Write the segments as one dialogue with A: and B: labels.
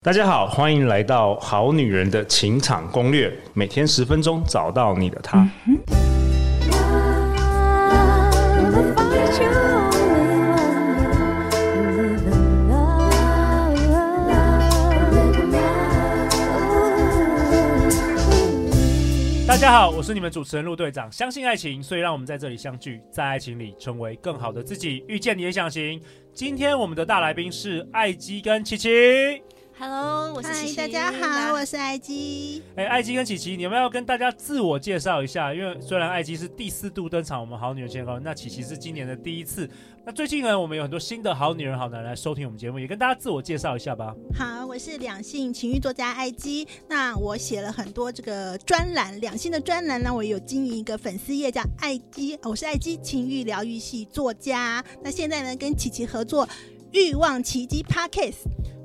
A: 大家好，欢迎来到《好女人的情场攻略》，每天十分钟，找到你的他。
B: Love, find you only one. Live in love, live in love.
C: 大家好，我是你们主持人陆队长。相信爱情，所以让我们在这里相聚，在爱情里成为更好的自己，遇见你的想型。今天我们的大来宾是艾姬跟琪琪。
D: Hello，我是
E: 嗨
D: 琪，琪
E: 大家好，我是艾姬。
C: 哎，艾姬跟琪琪，你们要跟大家自我介绍一下，因为虽然艾姬是第四度登场我们好女人先锋，那琪琪是今年的第一次。那最近呢，我们有很多新的好女人、好男人来收听我们节目，也跟大家自我介绍一下吧。
E: 好，我是两性情欲作家艾姬。那我写了很多这个专栏，两性的专栏呢，我有经营一个粉丝页叫艾姬，呃我是艾姬情欲疗愈系作家。那现在呢，跟琪琪合作《欲望奇迹 Podcast》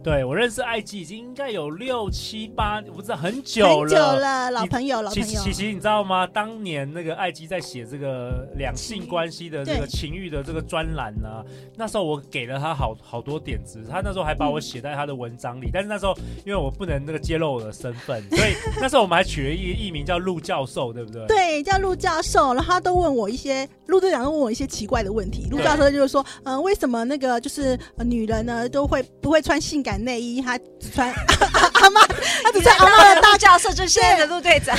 C: 对我认识艾姬已经应该有六七八，我不知道很久
E: 很
C: 了，
E: 久了，老朋友，老
C: 其
E: 朋友
C: 其。实你知道吗？当年那个艾姬在写这个两性关系的这个
E: 对
C: 情欲的这个专栏呢，那时候我给了他好好多点子，他那时候还把我写在他的文章里，但是那时候因为我不能那个揭露我的身份， 所以那时候我们还取了一个艺名叫陆教授，对不对？
E: 对，叫陆教授，然后他都问我一些，陆队长都问我一些奇怪的问题。陆教授就是说，嗯、为什么那个就是、呃女人呢都会不会穿性感内衣，她只穿 阿妈，她只穿阿妈的大
D: 大教授 就是现在的陆队长，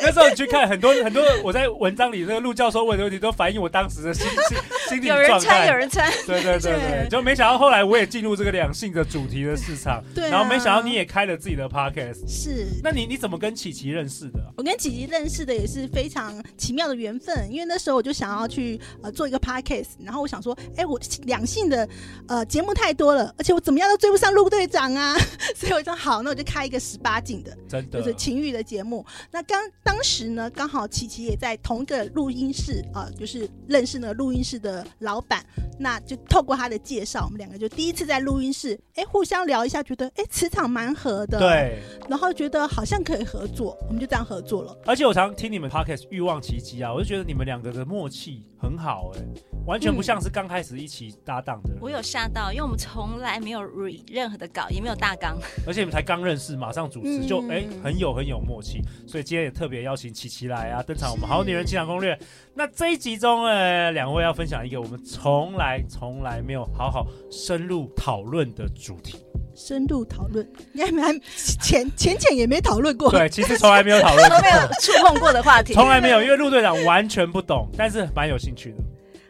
C: 那时候你去看很多很多我在文章里那个陆教授问的问题，都反映我当时的心心 心理
D: 有人
C: 状
D: 穿，
C: 态。
D: 有人穿，
C: 对对对对，就没想到后来我也进入这个两性的主题的市场，
E: 对啊
C: 然后没想到你也开了自己的 podcast。
E: 是
C: 那你你怎么跟琪琪认识的？
E: 我跟琪琪认识的也是非常奇妙的缘分，因为那时候我就想要去呃做一个 podcast，然后我想说，哎，我两性的呃节目太多了，而且我怎么样都追不上陆队长啊， 所以我就说好，那我就开一个十八禁的，
C: 真的
E: 就是情欲的节目。那刚当时呢，刚好琪琪也在同一个录音室啊、呃就是认识那个录音室的老板，那就透过他的介绍，我们两个就第一次在录音室，哎，互相聊一下，觉得哎磁场蛮合的，，
C: 对，
E: 然后觉得好像可以合作，我们就这样合作了。
C: 而且我常听你们 podcast《欲望奇迹》啊，我就觉得你们两个的默契很好哎、完全不像是刚开始一起搭档的人。
D: 我有吓到，因为我们从来没有 re 任何的稿，也没有大纲，
C: 而且你们才刚认识，马上主持
E: 嗯
C: 就哎、很有很有默契，所以今天也特别邀请琪琪来啊，登场我们《好女人情场攻略》。那这一集中呢，两位要分享一个我们从来从来没有好好深入讨论的主题。
E: 深度讨论，应该蛮浅浅浅也没讨论过。
C: 对，其实从来没有讨论
D: 都没有
C: 过，
D: 触碰过的话题。
C: 从来没有，因为陆队长完全不懂，但是蛮有兴趣的。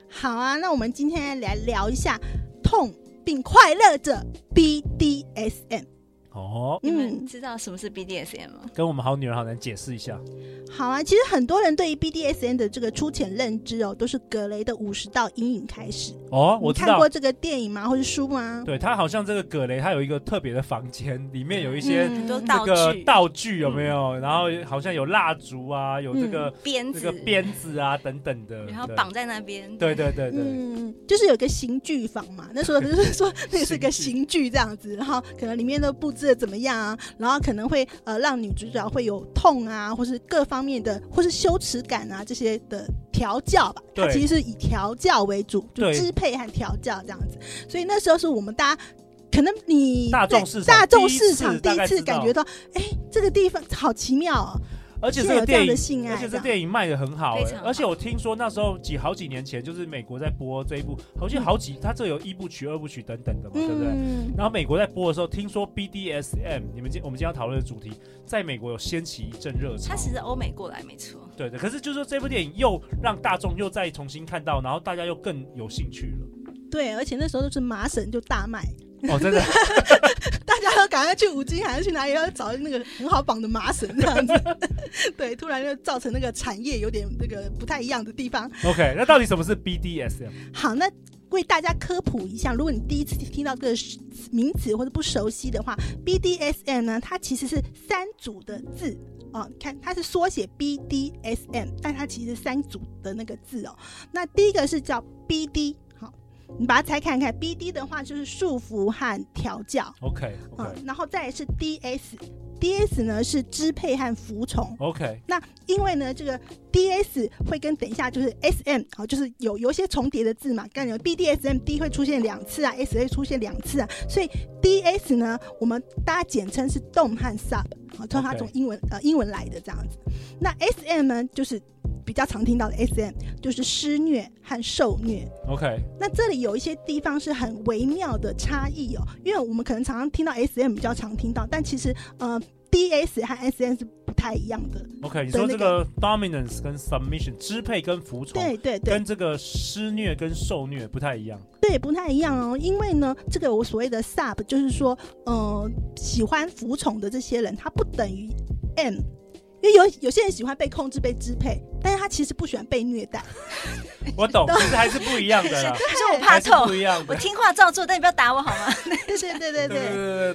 E: 好啊，那我们今天来聊一下痛并快乐着 BDSM。
C: 哦，
D: 你们
E: 嗯，
D: 知道什么是 BDSM 吗？
C: 跟我们好女人好男解释一下。
E: 好啊，其实很多人对于 BDSM 的这个粗浅认知哦，都是格雷的五十道阴影开始。
C: 哦，我
E: 你
C: 知
E: 看
C: 道
E: 过，这个电影吗？或者书吗？
C: 对他好像这个葛雷，他有一个特别的房间，里面有一些
E: 嗯
D: 很多
C: 这
D: 道
C: 个
D: 具、
C: 道具有没有？然后好像有蜡烛啊，有这个
D: 鞭嗯
C: 这
D: 子
C: 个，鞭子啊等等的，
D: 然后
C: 对
D: 绑。在那边。
C: 对对对对，
E: 嗯，就是有个刑具房嘛，那时候就是说那是个刑具这样子，然后可能里面都布置的怎么样啊，然后可能会呃让女主角会有痛啊，或是各方面的，或是羞耻感啊这些的调教吧。它
C: 对
E: 其实是以调教为主，就
C: 对
E: 支配和调教这样子。所以那时候是我们大家。可能你
C: 大众
E: 对
C: 市场
E: 大众
C: 第一
E: 市
C: 次
E: 场第
C: 大
E: 一
C: 概
E: 次
C: 知
E: 感
C: 道
E: 觉到，哎，这个地方好奇妙哦，
C: 而且
E: 现
C: 这
E: 在
C: 个
E: 有这样
C: 电
E: 的
C: 影。
E: 性
C: 而
E: 爱这
C: 且
E: 样，
C: 这电影卖的很好、
D: 非
C: 欸
D: 常，好
C: 而且我听说那时候几好几年前，就是美国在播这一部，好像好几，它这有一部曲、二部曲等等的嘛，对不对？
E: 嗯，
C: 然后美国在播的时候，听说 BDSM，你们今我们今天要讨论的主题，在美国有掀起一阵热潮。
D: 它其实欧美过来没错，
C: 对的，可是就是说这部电影又让大众又再重新看到，然后大家又更有兴趣了。
E: 对，而且那时候就是麻绳就大卖，
C: 哦，真的，
E: 大家都赶快去五金，还是去哪里要找那个很好绑的麻绳这样子。 对，突然就造成那个产业有点那个不太一样的地方。
C: OK，那到底什么是 BDSM？
E: 好，那为大家科普一下，如果你第一次听到这个名词或者不熟悉的话，BDSM 呢，它其实是三组的字。哦，你看它是缩写 BDSM，但它其实是三组的那个字哦。那第一个是叫 BD，好，你把它拆看看，BD 的话就是束缚和调教，
C: OK OK，、
E: 嗯，然后再来是 DS。 DS 呢是支配和服从。
C: OK，
E: 那因为呢，这个 DS 会跟等一下就是 SM 好，就是有有一些重叠的字嘛，刚才有 BDSM D 会出现两次啊，S 会出现两次啊，所以 DS 呢，我们大家简称是动和 sub，好，从它
C: OK
E: 从英文呃英文来的这样子。那 SM 呢，就是比较常听到的 SM，就是施虐和受虐。
C: OK，
E: 那这里有一些地方是很微妙的差异哦，因为我们可能常常听到 SM 比较常听到，但其实呃 DS 和 SM 是不太一样的。
C: OK，你
E: 的
C: 说
E: 那
C: 这个 dominance 跟 submission 支配跟服从，
E: 对对对
C: 跟这个施虐跟受虐不太一样。
E: 对，不太一样哦，因为呢，这个我所谓的 sub 就是说，呃，喜欢服从的这些人，他不等于 M。因为有有些人喜欢被控制、被支配，但是他其实不喜欢被虐待。
C: 我懂，其实还是不一样的啦，
D: 可是 我怕
C: 还是
D: 痛
C: 不，一样
D: 我
C: 的。
D: 听话照做，但你不要打我好吗？
E: 对对对对
C: 对对
E: 对，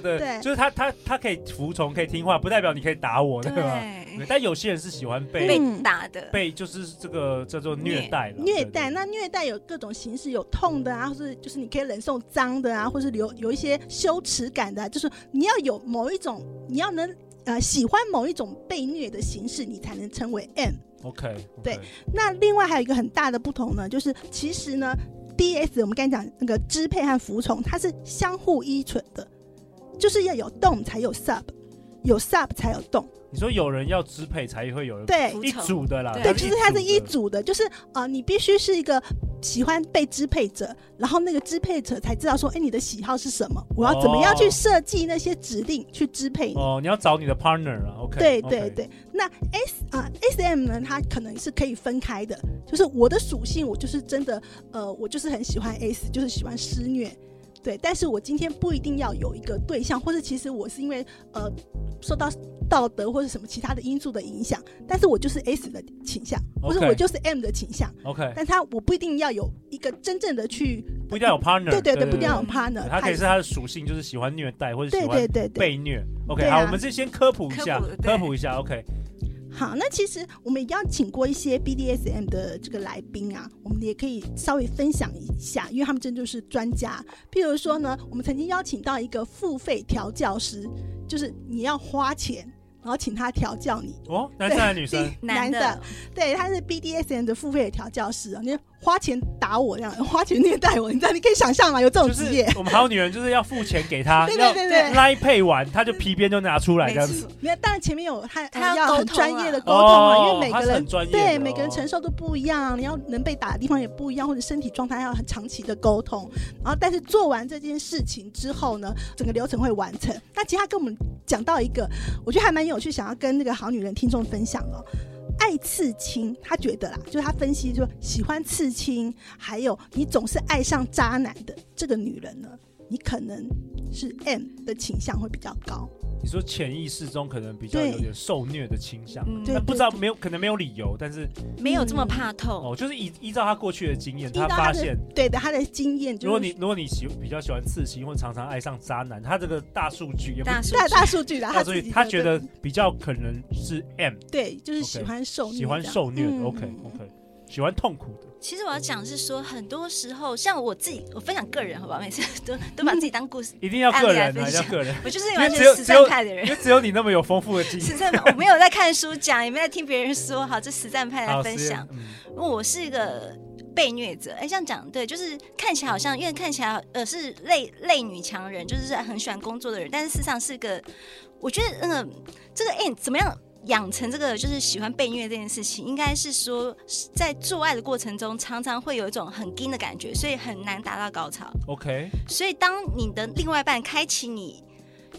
C: 对对
E: 对
C: 就是他他他可以服从，可以听话，不代表你可以打我， 对吧？对
D: 对，
C: 但有些人是喜欢被
D: 被打的，
C: 被就是这个叫做虐待了，对
E: 虐
C: 嗯
E: 待。那虐待有各种形式，有痛的啊，或是就是你可以忍受脏的啊，或是有有一些羞耻感的、啊，就是你要有某一种，你要能呃喜欢某一种被虐的形式，你才能成为 M。
C: OK，
E: 对那另外还有一个很大的不同呢，就是其实呢，DS 我们刚才讲那个支配和服从，它是相互依存的，就是要有动才有 sub，有 sub 才有动。
C: 你说有人要支配才会有人
E: 对
D: 服
C: 一
D: 从
C: 组的啦，
D: 对
E: 对，
D: 它
E: 就是是它是一
C: 的
E: 组的，就是呃，你必须是一个喜欢被支配者，然后那个支配者才知道说，哎，你的喜好是什么，我要怎么样去
C: 哦
E: 设计那些指令去支配你。
C: 哦，你要找你的 partner 啊，OK，
E: 对对，对，那 S 啊、S M 呢，它可能是可以分开的，就是我的属性，我就是真的呃，我就是很喜欢 S，就是喜欢施虐。对，但是我今天不一定要有一个对象，或者其实我是因为呃受到道德或者什么其他的因素的影响，但是我就是 S 的倾向，或者
C: OK
E: 我就是 M 的倾向，
C: OK，
E: 但他我不一定要有一个真正的去，
C: 不一定要有 partner，
E: 对对对，
C: 对
E: 不一定要有
D: 对
E: partner，
C: 他可以
E: 还
C: 是他的属性，就是喜欢虐待或者
E: 对
C: 喜
E: 对
C: 欢
E: 对对，
C: 被虐。OK，、
E: 对啊
C: 好，我们就先科普一下，
D: 科普对
C: 科普一下。OK，
E: 好，那其实我们也邀请过一些 BDSM 的这个来宾啊，我们也可以稍微分享一下，因为他们真的就是专家。譬如说呢，我们曾经邀请到一个付费调教师，就是你要花钱，然后请他调教你。
C: 哦，男生还是女生？
E: 男
D: 的，
E: 对，他是 BDSM 的付费的调教师啊，你花钱打我这样，花钱虐待我，你知道？你可以想象吗？有这种
C: 就
E: 职
C: 是
E: 业？
C: 我们好女人就是要付钱给他，
E: 对
C: 要
E: 对对对。
C: 拉配完，他就皮鞭就拿出来这样子。
E: 没有，当然前面有他
D: 他要
E: 要
D: 沟
E: 很
D: 通
E: 专
D: 啊
E: 业的沟通啊，
C: 哦
E: 因为每
C: 他
E: 个
C: 是
E: 人
C: 很专业的
E: 对
C: 哦
E: 每个人承受都不一样，你要能被打的地方也不一样，或者身体状态要很长期的沟通。然后，但是做完这件事情之后呢，整个流程会完成。那其实他跟我们讲到一个，我觉得还蛮有趣，想要跟那个好女人听众分享哦。爱刺青，他觉得啦，就是他分析说，喜欢刺青，还有你总是爱上渣男的这个女人呢，你可能是 M 的倾向会比较高。
C: 你说潜意识中可能比较
E: 对
C: 有点受虐的倾向，
D: 嗯，
E: 对
C: 但不知道没有可能没有理由，但是
D: 没有这么怕痛，
C: 哦，就是依依照他过去的经验，
E: 依照
C: 发
E: 他的
C: 现。
E: 对的，他的经验就是
C: 如果你如果你喜比较喜欢刺青，或常常爱上渣男，他这个大数据也不
D: 大数
E: 大
D: 据
E: 大数据啦，
C: 大数
E: 自
C: 据，
E: 己
C: 他
E: 的
C: 觉得比较可能是 M
E: 对，就是喜欢受
D: 哦
E: 虐这
C: 喜
E: 样，
C: 欢受虐的
E: 嗯
C: ，OK OK，喜欢痛苦的，
D: 其实我要讲是说，很多时候像我自己，我分享个人好不好？每次 都都把自己当故 事，
C: 一定要
D: 案
C: 个
D: 例来
C: 人
D: 分
C: 啊，要
D: 享
C: 个人。
D: 我就是
C: 因为
D: 完
C: 只
D: 全
C: 有
D: 十
C: 只
D: 三
C: 有
D: 派的人
C: 因。为只有你那么有丰富的 经
D: 实
C: 验。
D: 战派，我没有在看书讲，也没有在听别人说，好，这实战派来
C: 好，
D: 分
C: 实验
D: 享。
C: 嗯
D: 因为我是一个被虐者，哎，这样讲对，就是看起来好像，因为看起来呃是类类女强人，就是很喜欢工作的人，但是事实上是个，我觉得嗯、这个哎、怎么样？养成这个就是喜欢被虐这件事情，应该是说在做爱的过程中，常常会有一种很硬的感觉，所以很难达到高潮。
C: OK，
D: 所以，当你的另外一半开启你，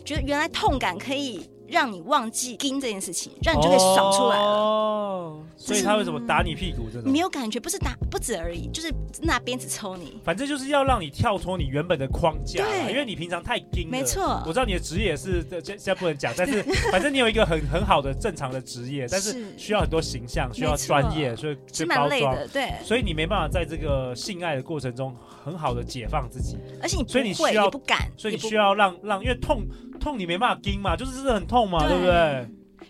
D: 觉得原来痛感可以让你忘记盯这件事情，让你就可以爽出来了。
C: 哦，所以他为什么打你屁股这
D: 你
C: 种
D: 没？有感觉，不是打，不止而已，就是拿鞭子抽你。
C: 反正就是要让你跳脱你原本的框架啦，
D: 对
C: 因为你平常太硬了。
D: 没，错
C: 我，知道你的职业也是，这这现在不能讲，但是反正你有一个很很好的正常的职业，但是
D: 是
C: 需要很多形象，需
D: 没
C: 要
D: 错
C: 专业，所以去
D: 是
C: 包
D: 蛮累
C: 装。
D: 的，对。
C: 所以你没办法在这个性爱的过程中很好的解放自己，
D: 而且你不
C: 所以你
D: 会，
C: 需要
D: 也不敢，
C: 所以你
D: 也不
C: 需要让让，因为痛痛你没办法盯嘛，就是真的很痛嘛，
D: 对
C: 对不对？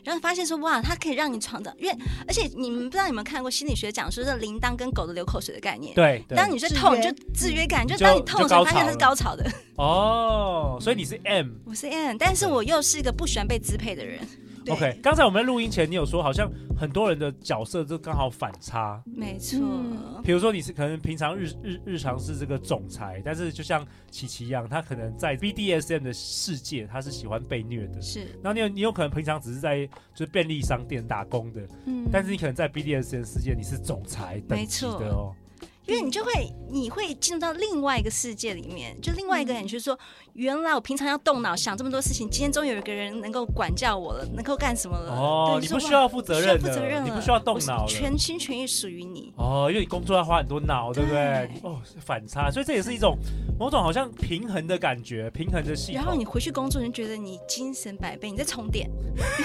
D: 然后发现说哇，它可以让你创造，因为而且你们不知道有没有看过心理学讲说这铃铛跟狗的流口水的概念。
C: 对，对
D: 当你在
E: 制
D: 痛，
E: 约
D: 就制约感，就
C: 就
D: 当你痛的时候，
C: 就高
D: 发
C: 潮
D: 现它是高潮的。
C: 哦，所以你是 M。
D: 我是 N，但是我又是一个不喜欢被支配的人。
E: 嗯对
C: OK，刚才我们在录音前，你有说好像很多人的角色就刚好反差，
D: 没错，
E: 嗯
C: 比如说你是可能平常日日日常是这个总裁，但是就像琪琪一样，他可能在 BDSM 的世界，他是喜欢被虐的。
D: 是
C: 然后你有你有可能平常只是在就是便利商店打工的，
E: 嗯
C: 但是你可能在 BDSM 世界你是总裁等级的哦。
D: 因为你就会你会进入到另外一个世界里面，就另外一个
C: 嗯
D: 人，就是说，原来我平常要动脑想这么多事情，今天终于有一个人能够管教我了，能够干什么了。
C: 哦，
D: 对
C: 你
D: 说
C: 不需
D: 哇
C: 要负责任
D: 不需要负责
C: 的，
D: 任
C: 你
D: 了
C: 不需要动脑
D: 我
C: 了。
D: 是全心全意属于你。
C: 哦，因为你工作要花很多脑，对不对？
D: 对
C: 哦，反差，所以这也是一种某种好像平衡的感觉，平衡的系统。
D: 然后你回去工作，你就觉得你精神百倍，你在充电。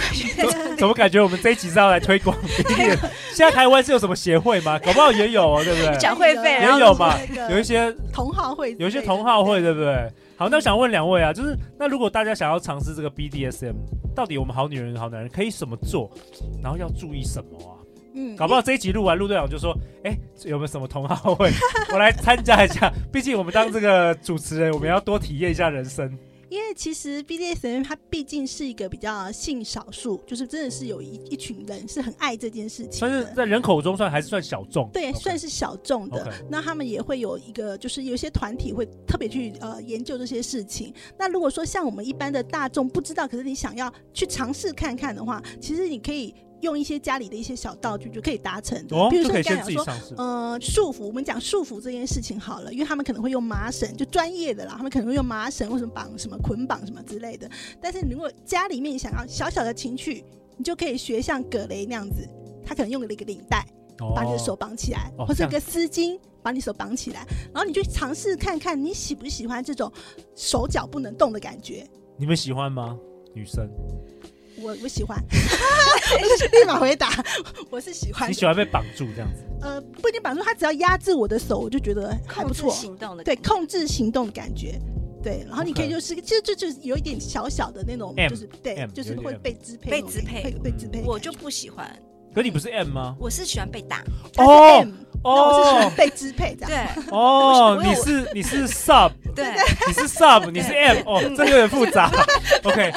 C: 怎么感觉我们这一集是要来推广 BDSM？现在台湾是有什么协会吗？搞不好也有哦，对不 对？
D: 讲会费
C: 也
D: 然后
C: 有嘛，有一
E: 有
C: 些
E: 同好会之类的，
C: 有一些同好会，对不对？好，那我想问两位啊，就是那如果大家想要尝试这个 BDSM，到底我们好女人、好男人可以怎么做，然后要注意什么啊？
E: 嗯，
C: 搞不好这一集录完，陆队长就说：“哎、有没有什么同好 会？我来参加一下。毕竟我们当这个主持人，我们要多体验一下人生。
E: 因为其实 BDSM 它毕竟是一个比较性少数，就是真的是有一一群人是很爱这件事情
C: 算是
E: 的，
C: 在人口中算还是算小众，
E: 对，算
C: 是
E: 是小众的。
C: OK。
E: 那他们也会有一个，就是有一些团体会特别去呃研究这些事情。那如果说像我们一般的大众不知道，可是你想要去尝试看看的话，其实你可以用一些家里的一些小道具就可以达成。
C: 哦，
E: 比如
C: 就
E: 说
C: 可以
E: 你刚
C: 先
E: 才
C: 自
E: 讲
C: 己
E: 说，
C: 尝试。
E: 呃，束缚，我们讲束缚这件事情好了，因为他们可能会用麻绳，就专业的啦，他们可能会用麻绳或者绑什么捆绑什么之类的。但是你如果家里面想要小小的情趣，你就可以学像葛雷那样子，他可能用了一个领带。把你的手
C: 哦
E: 绑起来，
C: 哦
E: 或
C: 这
E: 者
C: 样
E: 一个丝巾把你手绑起来，然后你去尝试看看你喜不喜欢这种手脚不能动的感觉。
C: 你们喜欢吗？女生，
E: 我我 喜欢，我就立马回答，我是喜欢
C: 你
E: 的。
C: 喜欢被绑住这样子？
E: 呃，不一定绑住他，只要压制我的手，我就觉得还
D: 控
E: 不
D: 制
E: 错。
D: 行动的
E: 对，
D: 感觉
E: 控制行动的感觉。对，然后你可以
C: OK
E: 就是，其实这就是有一点小小的那种，
C: M，
E: 就是对
C: M，，
E: 就是
C: 有一点
E: 会
C: M
E: 被支配
D: 被
E: 那种
D: 支
E: 感觉
D: 配
E: 会被支配的感觉。
D: 我就不喜欢，
C: 可你不是 M 吗？
D: 我是喜欢被打。
E: 他是
C: 哦
E: M，那我是喜欢被支配这样。
D: 对
C: 哦
D: 我，
C: 你
D: 有
C: 是你是 Sub，
D: 对，
C: 你是 Sub，你是 M，哦，
D: 嗯
C: 这个有点复杂。OK，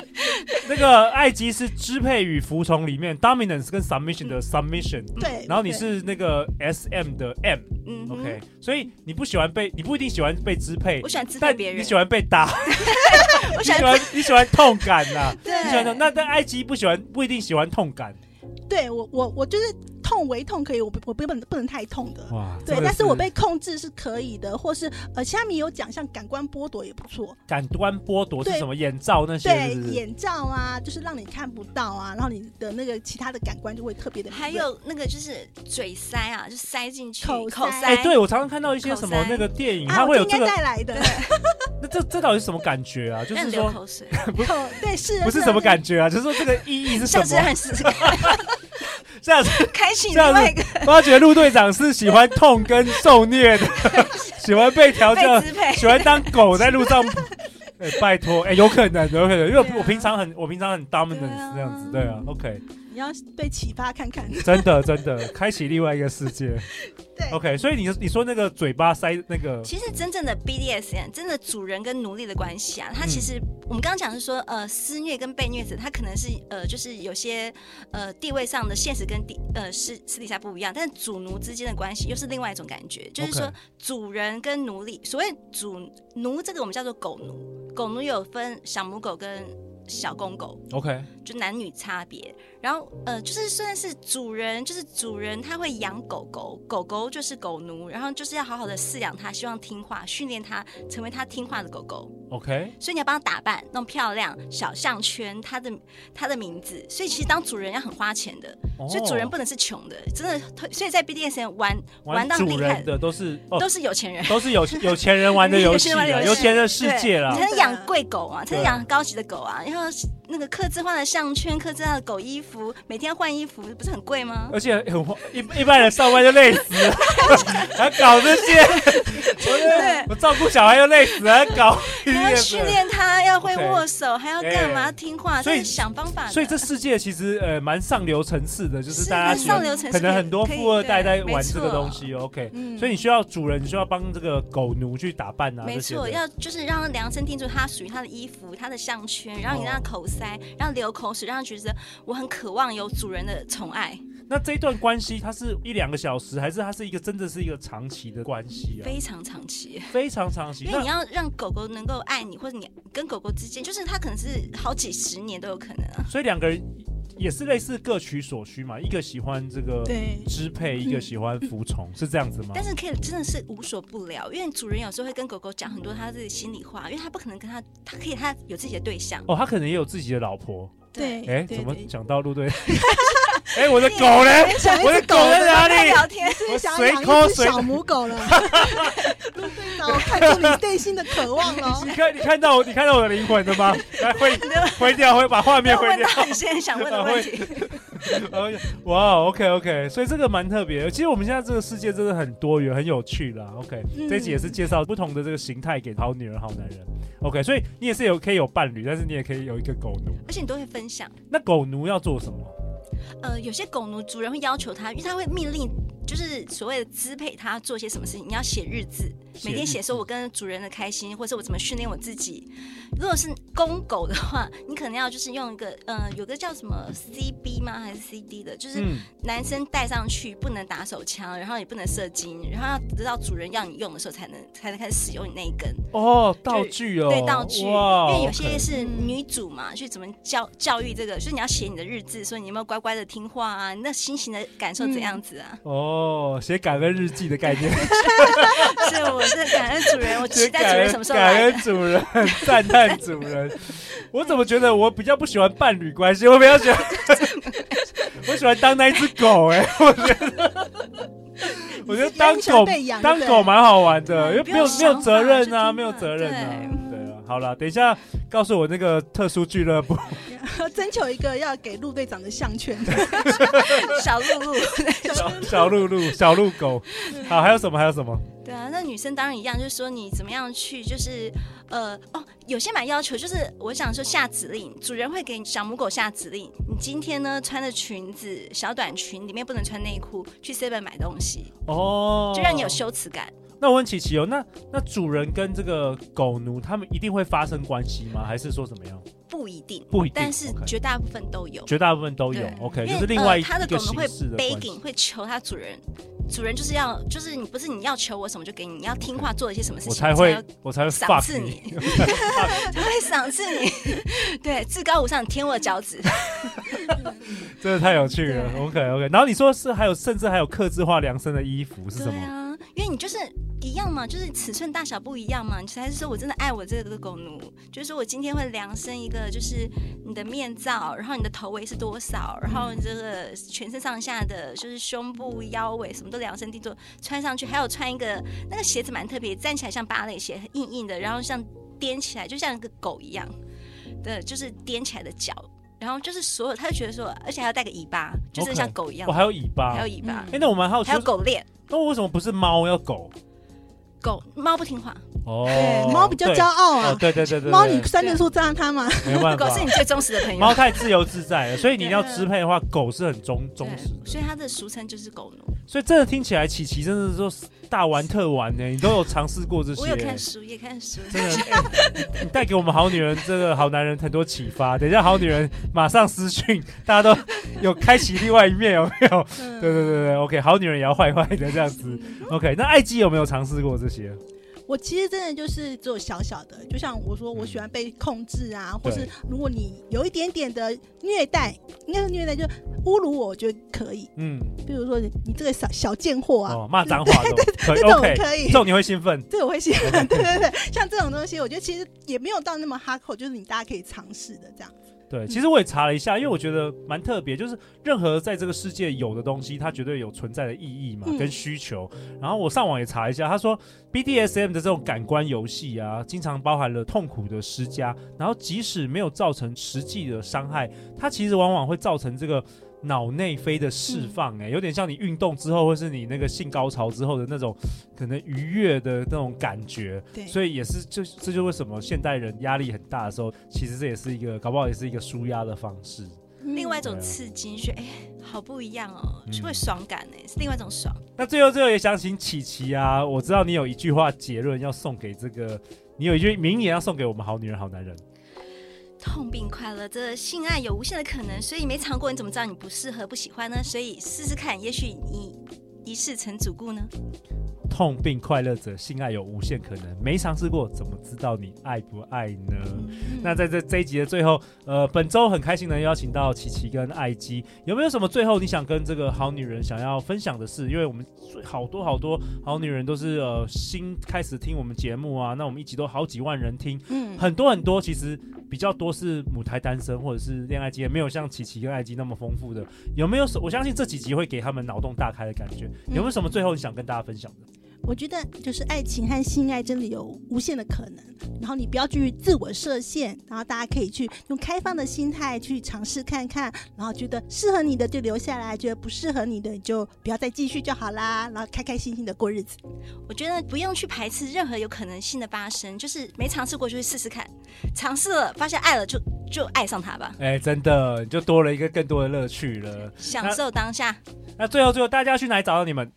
C: 那个艾吉是支配与服从里面 dominance 跟 submission
D: 嗯
C: 的 submission，
E: 对，
C: 然后你
E: 对
C: 是那个 S M 的 M，OK，、
D: 嗯哼
C: OK，所以你不喜欢被，你不一定喜欢被支配
D: 我，喜欢支配
C: 但
D: 别人，
C: 你喜欢被打，
D: 我
C: 你
D: 喜
C: 喜
D: 欢
C: 欢你喜欢痛感呐、
D: 对，
C: 你喜欢痛。那但埃及不喜欢，不一定喜欢痛感。
E: 对我我我就是痛为痛可以，我不我不能不能太痛的。
C: 哇，哦真，
E: 对
C: 的
E: 但是我被控制是可以的，或是呃，下面有讲像感官剥夺也不错，
C: 感官剥夺是
E: 对
C: 什么？眼罩那些
E: 对
C: 是不是？
E: 眼罩啊，就是让你看不到啊，然后你的那个其他的感官就会特别的
D: 还有那个就是嘴塞啊，就塞进去
E: 口
D: 口
E: 塞
D: 塞。
C: 哎、对我常常看到一些
D: 口
C: 什么
D: 塞
C: 那个电影，
E: 啊，
C: 嗯它
E: 我
C: 会有
E: 今
C: 这
E: 天
C: 个，
E: 带来的
C: 那这这到底是什么感觉啊？就
D: 让
C: 是
D: 你流
C: 说
D: 口水，
E: 口，哦对是
C: 不是什么感觉啊？就是说这个意义是什
D: 像是
C: 么？
D: 很是
C: 这样子，
D: 开心。
C: 这样
D: 另
C: 子
D: 外一个
C: 发觉陆队长是喜欢痛跟受虐的， 喜欢被调教
D: 被，支配，
C: 喜欢当狗在路上。哎、拜托，哎、有可能，有可能，因为
E: 对啊
C: 我平常很，我平常很 dominant
D: 对啊
C: 这样子，对啊，OK，
E: 你要被启发看 看，
C: 真的，真的，开启另外一个世界
E: 对
C: ，OK，所以你你说那个嘴巴塞那个，
D: 其实真正的 BDSM，真的主人跟奴隶的关系啊，它其实、我们刚刚讲是说，呃，施虐跟被虐者，他可能是呃，就是有些呃地位上的现实跟底呃私私底下不一样，但是主奴之间的关系又是另外一种感觉，就是说
C: OK
D: 主人跟奴隶，所谓主奴这个我们叫做狗奴，狗奴有分小母狗跟小公狗，
C: OK，
D: 就男女差别。然后呃，就是算是主人，就是主人他会养狗狗，狗狗就是狗奴，然后就是要好好的饲养它，希望听话，训练它成为它听话的狗狗。
C: OK，
D: 所以你要帮它打扮，弄漂亮，小项圈，它的它的名字。所以其实当主人要很花钱的，
C: 哦
D: 所以主人不能是穷的，真的。所以在 BDSM 玩
C: 玩
D: 玩到
C: 主
D: 厉
C: 人
D: 害
C: 的都是哦，
D: 都是有钱人。
C: 都是有有钱人玩的游戏
D: 有钱人
C: 啦，
D: 玩的
C: 有
D: 游戏
C: 钱人世界啦
D: 你
E: 对。
D: 才能养贵狗啊，才
C: 对
D: 能养高级的狗啊，然后那个刻字化的项圈、刻字化的狗衣服，每天换衣服，不是很贵吗？
C: 而且 很花一一般人上班就累死 了，还搞这些，我
D: 对
C: 我照顾小孩又累死了，还搞一
D: 还要
C: BDSM
D: 训练他要会
C: OK
D: 握手，还要干嘛？
C: 哎
D: 要听话，
C: 所以
D: 这是想方法的。
C: 所以这世界其实呃蛮上流层次的，就是
D: 是
C: 大家
D: 蛮
C: 喜
D: 上
C: 欢
D: 流层次可
C: 可
D: 以，
C: 能很多
D: 可以
C: 富二代在
D: 对
C: 玩这个
D: 没错
C: 东西。OK，
E: 嗯
C: 所以你需要主人，你需要帮这个狗奴去打扮啊，
D: 没
C: 这些
D: 错，
C: 的。
D: 要就是让他量身定做他属于他的衣服、他的项圈，然后你让他
C: 哦
D: 口塞，让他流口水，让他觉得我很渴望有主人的宠爱，
C: 那这一段关系，它是一两个小时，还是它是一个真的是一个长期的关系啊？
D: 非常长期。
C: 非常长期。
D: 因为
C: 那
D: 你要让狗狗能够爱你，或者你跟狗狗之间，就是它可能是好几十年都有可能啊。
C: 所以两个人也是类似各取所需嘛，一个喜欢这 个
E: 对，
C: 支配，一个喜欢服从，是这样子吗
D: 但？是可以真的是无所不聊，因为主人有时候会跟狗狗讲很多他自己心里话，因为他不可能跟他，他可以他有自己的对象。
C: 哦，他可能也有自己的老婆。
E: 对，
C: 哎，
E: 对
C: 怎么
E: 对
C: 讲到路对？哎，我的狗呢？我的狗在哪
D: 在
C: 里？
D: 聊天，
E: 真
C: 我
E: 的想
C: 随
E: 养
C: 抠
E: 一只
C: 随
E: 小母狗了， 陆队长，我看出你内心的渴望 了
C: 你。看，你看到我，你看到我的灵魂了吗？来，挥挥掉，挥把画面
D: 要
C: 挥
D: 问
C: 掉。
D: 到你现在想问的问 题。
C: 哎呀哇，OK OK，所以这个蛮特别的。其实我们现在这个世界真的很多元，很有趣啦。OK，、
E: 嗯
C: 这一集也是介绍不同的这个形态给好女人、好男人。OK，所以你也是有可以有伴侣，但是你也可以有一个狗奴。
D: 而且你都会分享。
C: 那狗奴要做什么？
D: 呃，有些狗奴主人会要求他，因为他会命令，就是所谓的支配他做些什么事情。你要写日志，每天写说我跟主人的开心，或者我怎么训练我自己。如果是公狗的话，你可能要就是用一个呃，有个叫什么 CB 吗？还是 CD 的，就是
C: 嗯，
D: 男生戴上去不能打手枪，然后也不能射精，然后要直到主人要你用的时候才能才能开始使用你那一根。
C: 哦，道具哦，
D: 对道具，
C: 哇
D: 因为有些
C: OK
D: 是女主嘛，去怎么教教育这个，就是你要写你的日志，说你有没有乖乖的听话啊，你那心情的感受怎样子啊？
C: 哦，写感恩日记的概念，
D: 所以我 是感恩主 人，我
C: 写
D: 期待
C: 感
D: 主人
C: 恩
D: 什么时候
C: 感
D: 来
C: 恩
D: 的。
C: 主人，赞叹主人。我怎么觉得我比较不喜欢伴侣关系，我比较喜欢， 我喜欢当那一只狗哎、我觉得，我觉得当
E: 你是
C: 狗
E: 安全被养
C: 当
E: 对不对
C: 狗蛮好玩的，因为
D: 不
C: 没有
D: 用
C: 没有
D: 想法
C: 责任
D: 就
C: 啊，
D: 听
C: 没有责
D: 了
C: 任啊，对啊。好了，等一下告诉我那个特殊俱乐部，
E: 征求一个要给陆队长的项圈，
C: 哦
D: 小露露，
C: 小小鹿鹿小鹿狗。好，还有什么？还有什么？
D: 对啊，那女生当然一样，就是说你怎么样去，就是呃哦，有些蛮要求，就是我想说下指令，主人会给小母狗下指令，你今天呢穿着裙子小短裙，里面不能穿内裤，去 seven 买东西，
C: 哦，
D: 就让你有羞耻感。
C: 那我问琪琪哦，那那主人跟这个狗奴他们一定会发生关系吗？还是说怎么样？
D: 不一定，
C: 不一定
D: 但是
C: OK
D: 绝大部分都有。
C: 绝大部分都有
D: 对
C: ，OK，
D: 因
C: 就
D: 为
C: 是另外一
D: 呃、他
C: 一
D: 的
C: 个
D: 狗呢
C: 形
D: 会
C: 式的关
D: begging，
C: 系。
D: 会求他主人，主人就是要，就是你不是你要求我什么就给你，你要听话做一些什么事情，
C: 我才
D: 要
C: 会，我才会
D: 赏
C: fuck
D: 赐
C: 你。
D: 你，才 会赏赐你。对，至高无上，舔我脚趾。
C: 真的太有趣了
D: 对
C: ，OK OK。然后你说是还有，甚至还有克制化量身的衣服是
D: 对
C: 什么？
D: 啊，因为你就是一样嘛，就是尺寸大小不一样嘛，你才是说我真的爱我这个狗奴，就是说我今天会量身一个，就是你的面罩，然后你的头围是多少，然后你这个全身上下的就是胸部、腰围什么都量身定做，穿上去，还有穿一个那个鞋子蛮特别，站起来像芭蕾鞋，硬硬的，然后像踮起来，就像一个狗一样的，就是踮起来的脚。然后就是所有，他就觉得说，而且还要带个尾巴，就是像
C: OK
D: 狗一样
C: 我还有尾巴。
D: 还有
C: 哎，
D: 尾巴，
E: 嗯
C: 那我蛮好奇
D: 还，有狗链。
C: 那为什么不是猫要狗？
D: 狗猫不 听话，
C: 哦
E: 对，猫比较骄傲
C: 傲哦，
E: 啊，
C: 对对对对，对
E: 猫你拴得住这样它吗？
C: 没有办
D: 狗
C: 法
D: 是，你最忠实的朋友
C: 猫。太自由自在了，所以你一定要支配的话，狗是很忠忠
D: 对
C: 实的。
D: 所以它的俗称就是狗奴。
C: 所以真的听起来，琪琪真的说大玩特玩欸呢、你都有尝试过这些、
D: 我有看书，也看书。
C: 真的，欸你带给我们好女人这个好男人很多启发。等一下，好女人马上私讯，大家都有开启另外一面，有没有？对
E: 对
C: 对对对，OK，好女人也要坏坏的这样子。OK，那艾姬有没有尝试过这些？
E: 我其实真的就是只有小小的，就像我说，我喜欢被控制啊，
C: 嗯
E: 或是如果你有一点点的虐待，应该是虐待，就侮辱我，我觉得可以。
C: 嗯，
E: 比如说你你这个小小贱货啊，
C: 哦，骂脏话这种可以
E: 这种
C: OK，
E: 可以
C: 这种你会兴奋。
E: 这个我会喜欢。 对对对，像这种东西，我觉得其实也没有到那么哈口，就是你大家可以尝试的这样。
C: 对，其实我也查了一下，因为我觉得蛮特别，就是任何在这个世界有的东西，它绝对有存在的意义嘛，
E: 嗯
C: 跟需求。然后我上网也查一下，他说 BDSM 的这种感官游戏啊，经常包含了痛苦的啊施加，然后即使没有造成实际的伤害，它其实往往会造成这个。脑内啡的释放、哎、有点像你运动之后，或是你那个性高潮之后的那种可能愉悦的那种感觉。
E: 对
C: 所以也是就这就是为什么现代人压力很大的时候，其实这也是一个搞不好也是一个舒压的方式。
E: 嗯
D: 另外一
C: 对
D: 种
C: 啊
D: 刺激，觉得哎，好不一样哦，
C: 嗯
D: 是会爽感哎，是另外一种爽。
C: 那最后最后也想请琪琪啊，我知道你有一句话结论要送给这个，你有一句名言要送给我们好女人好男人。
D: 痛并快乐着，性爱有无限的可能，所以没尝过你怎么知道你不适合、不喜欢呢？所以试试看，也许你一试成主顾呢。
C: 痛并快乐着，性爱有无限可能。没尝试过，怎么知道你爱不爱呢？
E: 嗯
C: 那在这这一集的最后，呃，本周很开心能邀请到琪琪跟艾姬，有没有什么最后你想跟这个好女人想要分享的事？因为我们最好多好多好女人都是呃新开始听我们节目啊，那我们一集都好几万人听，
D: 嗯，
C: 很多很多，其实比较多是母胎单身或者是恋爱经验，没有像琪琪跟艾姬那么丰富的。有没有什？我相信这几集会给他们脑洞大开的感觉。有没有什么最后你想跟大家分享的？
E: 我觉得就是爱情和性爱真的有无限的可能，然后你不要去自我设限，然后大家可以去用开放的心态去尝试看看，然后觉得适合你的就留下来，觉得不适合你的你就不要再继续就好啦，然后开开心心的过日子。
D: 我觉得不用去排斥任何有可能性的发生，就是没尝试过就去试试看，尝试了发现爱了就就爱上它吧，
C: 哎、真的，你就多了一个更多的乐趣了。
D: 享受当下。
C: 那最后最后，大家去哪里找到你们？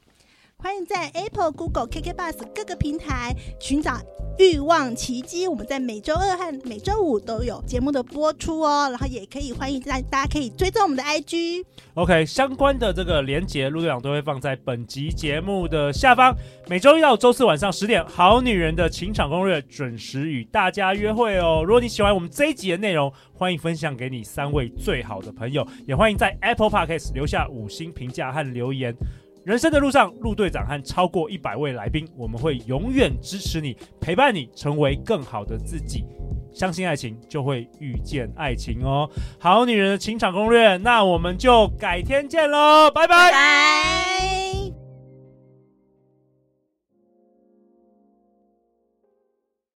E: 欢迎在 Apple、Google、KK Bus 各个平台寻找《欲望奇迹》。我们在每周二和每周五都有节目的播出哦，然后也可以欢迎大大家可以追踪我们的 IG。
C: OK，相关的这个连结，陆队长都会放在本集节目的下方。每周一到周四晚上十点，《好女人的情场攻略》准时与大家约会哦。如果你喜欢我们这一集的内容，欢迎分享给你三位最好的朋友，也欢迎在 Apple Podcast 留下五星评价和留言。人生的路上，陆队长和超过一百位来宾，我们会永远支持你，陪伴你，成为更好的自己。相信爱情，就会遇见爱情哦。哎好女人的情场攻略，那我们就改天见喽，拜拜
D: 拜。